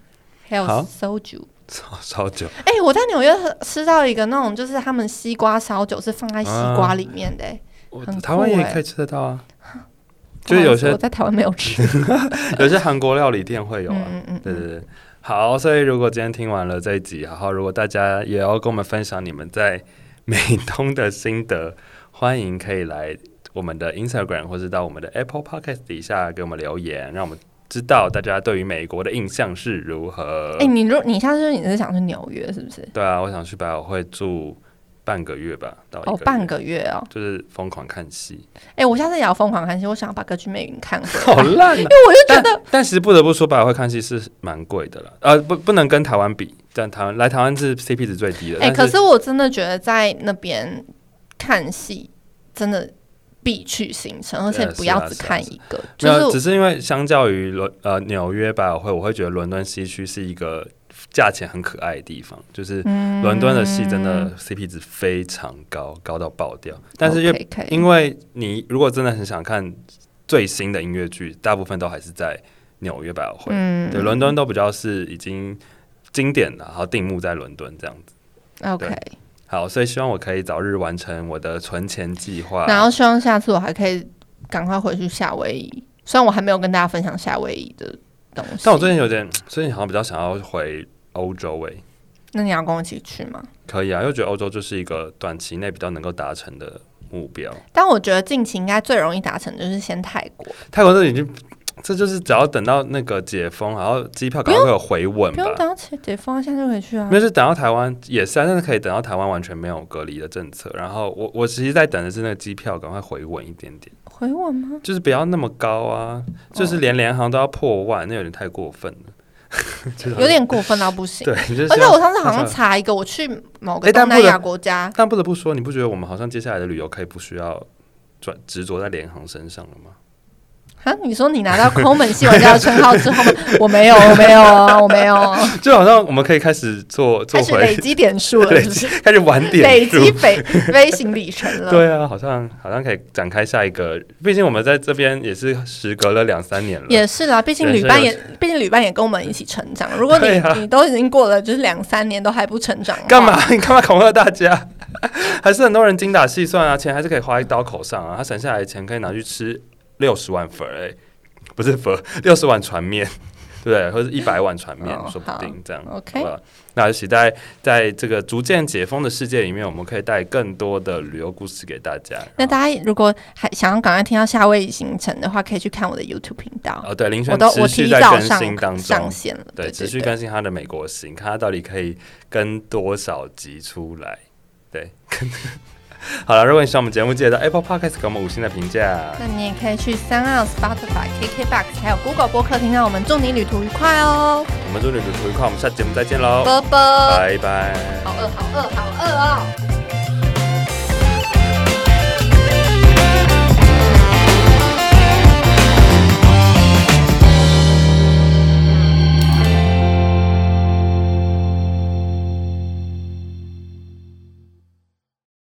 还有
啊好
soju。
烧烧酒，
哎、我在纽约喝吃到一个那种，就是他们西瓜烧酒是放在西
啊
瓜里面的、欸，
我
很酷
台湾也
欸
可以吃得到啊。
不
就
好
是
意
有
思
些
我在台湾没有吃。
有些韩国料理店会有啊。
嗯嗯嗯
对对对，好，所以如果今天听完了这一集，然后如果大家也要跟我们分享你们在美东的心得，欢迎可以来我们的 Instagram 或是到我们的 Apple Podcast 底下给我们留言，让我们知道大家对于美国的印象是如何。
哎、你如你下次你是想去纽约是不是？
对啊，我想去百老汇住半个月吧，到一个
哦，
月
半个月哦。
就是疯狂看 戏，
哎、我下次也要疯狂看戏，我想要把《歌剧魅云》看回来。
好烂、啊。
因为我就觉
但
得，
但其实不得不说，百老汇看戏是蛮贵的了，呃，不不能跟台湾比，但台湾来台湾是 CP 值最低的。
哎、
但
可是我真的觉得在那边看戏真的必去行程，而且
呃
不
是啊
要只
是啊
看
是
一个，
没有，
就
只
是
是因为相较于伦呃纽约百老汇，我会觉得伦敦西区是一个价钱很可爱的地方，就是伦敦的戏真
嗯
的 CP 值非常高，高到爆掉。但是因为
OK，可以哦
因为你如果真的很想看最新的音乐剧，大部分都还是在纽约百老汇，
嗯
对，伦敦都比较是已经经典的，然后定目在伦敦这样子。
OK，
好，所以希望我可以早日完成我的存钱计划。
然后希望下次我还可以赶快回去夏威夷，虽然我还没有跟大家分享夏威夷的东西。
但我最近有点，最近好像比较想要回欧洲诶、
那你要跟我一起去吗？
可以啊，因为我觉得欧洲就是一个短期内比较能够达成的目标。
但我觉得近期应该最容易达成就是先泰国，
泰国这已经，这就是只要等到那个解封，然后机票赶快会有回稳
不
吧
用。等到啊解解封，现在就可以去啊
没。有，是等到台湾也是啊，但是可以等到台湾完全没有隔离的政策。然后我我其实在等的是那个机票赶快回稳一点点，
回我吗？
就是不要那么高啊，
哦
就是连联航都要破万，那有点太过分了， 就是
有点过分到不行。
对，就是
而且
像
哦我上次好像查一个，我去某个
哎但
东
不
南亚
能
国家，
但不得不说，你不觉得我们好像接下来的旅游可以不需要转执着在联航身上了吗？
啊，你说你拿到抠门系玩家的称号之后吗？我没有，我没有啊，我没 有啊，
就好像我们可以开始做做
开始
回
累积点数了，
累
是不 是？
开始晚点
累
数。
积飞飞行里程了。
对啊，好像好像可以展开下一个，毕竟我们在这边也是时隔了两三年了。
也是啦，毕竟
人
旅
生
伴
有
也，毕竟旅伴也跟我们一起成 长。如果你、
对啊
你都已经过了就是两三年都还不成长，
干嘛？？你干嘛恐吓大家？ 还是很多人精打细算啊，钱还是可以花一刀口上啊。他省 下来的钱可以拿去吃六十万粉儿、欸，不是粉，六十碗船面。 对，或者一百碗船面
哦，
说不定这样。
OK
好吧那就期待在这个逐渐解封的世界里面，我们可以带更多的旅游故事给大家。
那大家如果还想要赶快听到夏威夷行程的话，可以去看我的 YouTube 频道，
哦，对，林
我
轩
都
持
我
续
提
在
早
更
上
新当
上
中，
线了，
对，
对，
持
对
续
对
更新他的美国行，看他到底可以跟多少集出来。 对，跟好了，如果你喜欢我们节目，记得到 Apple Podcast 给我们五星的评价。
那你也可以去三二 Spotify、KKBox 还有 Google 播客听到我们祝你旅途愉快哦，
我们祝你旅途愉快，我们下次节目再见喽，
啵啵，
拜拜。
好饿，好饿，好饿哦。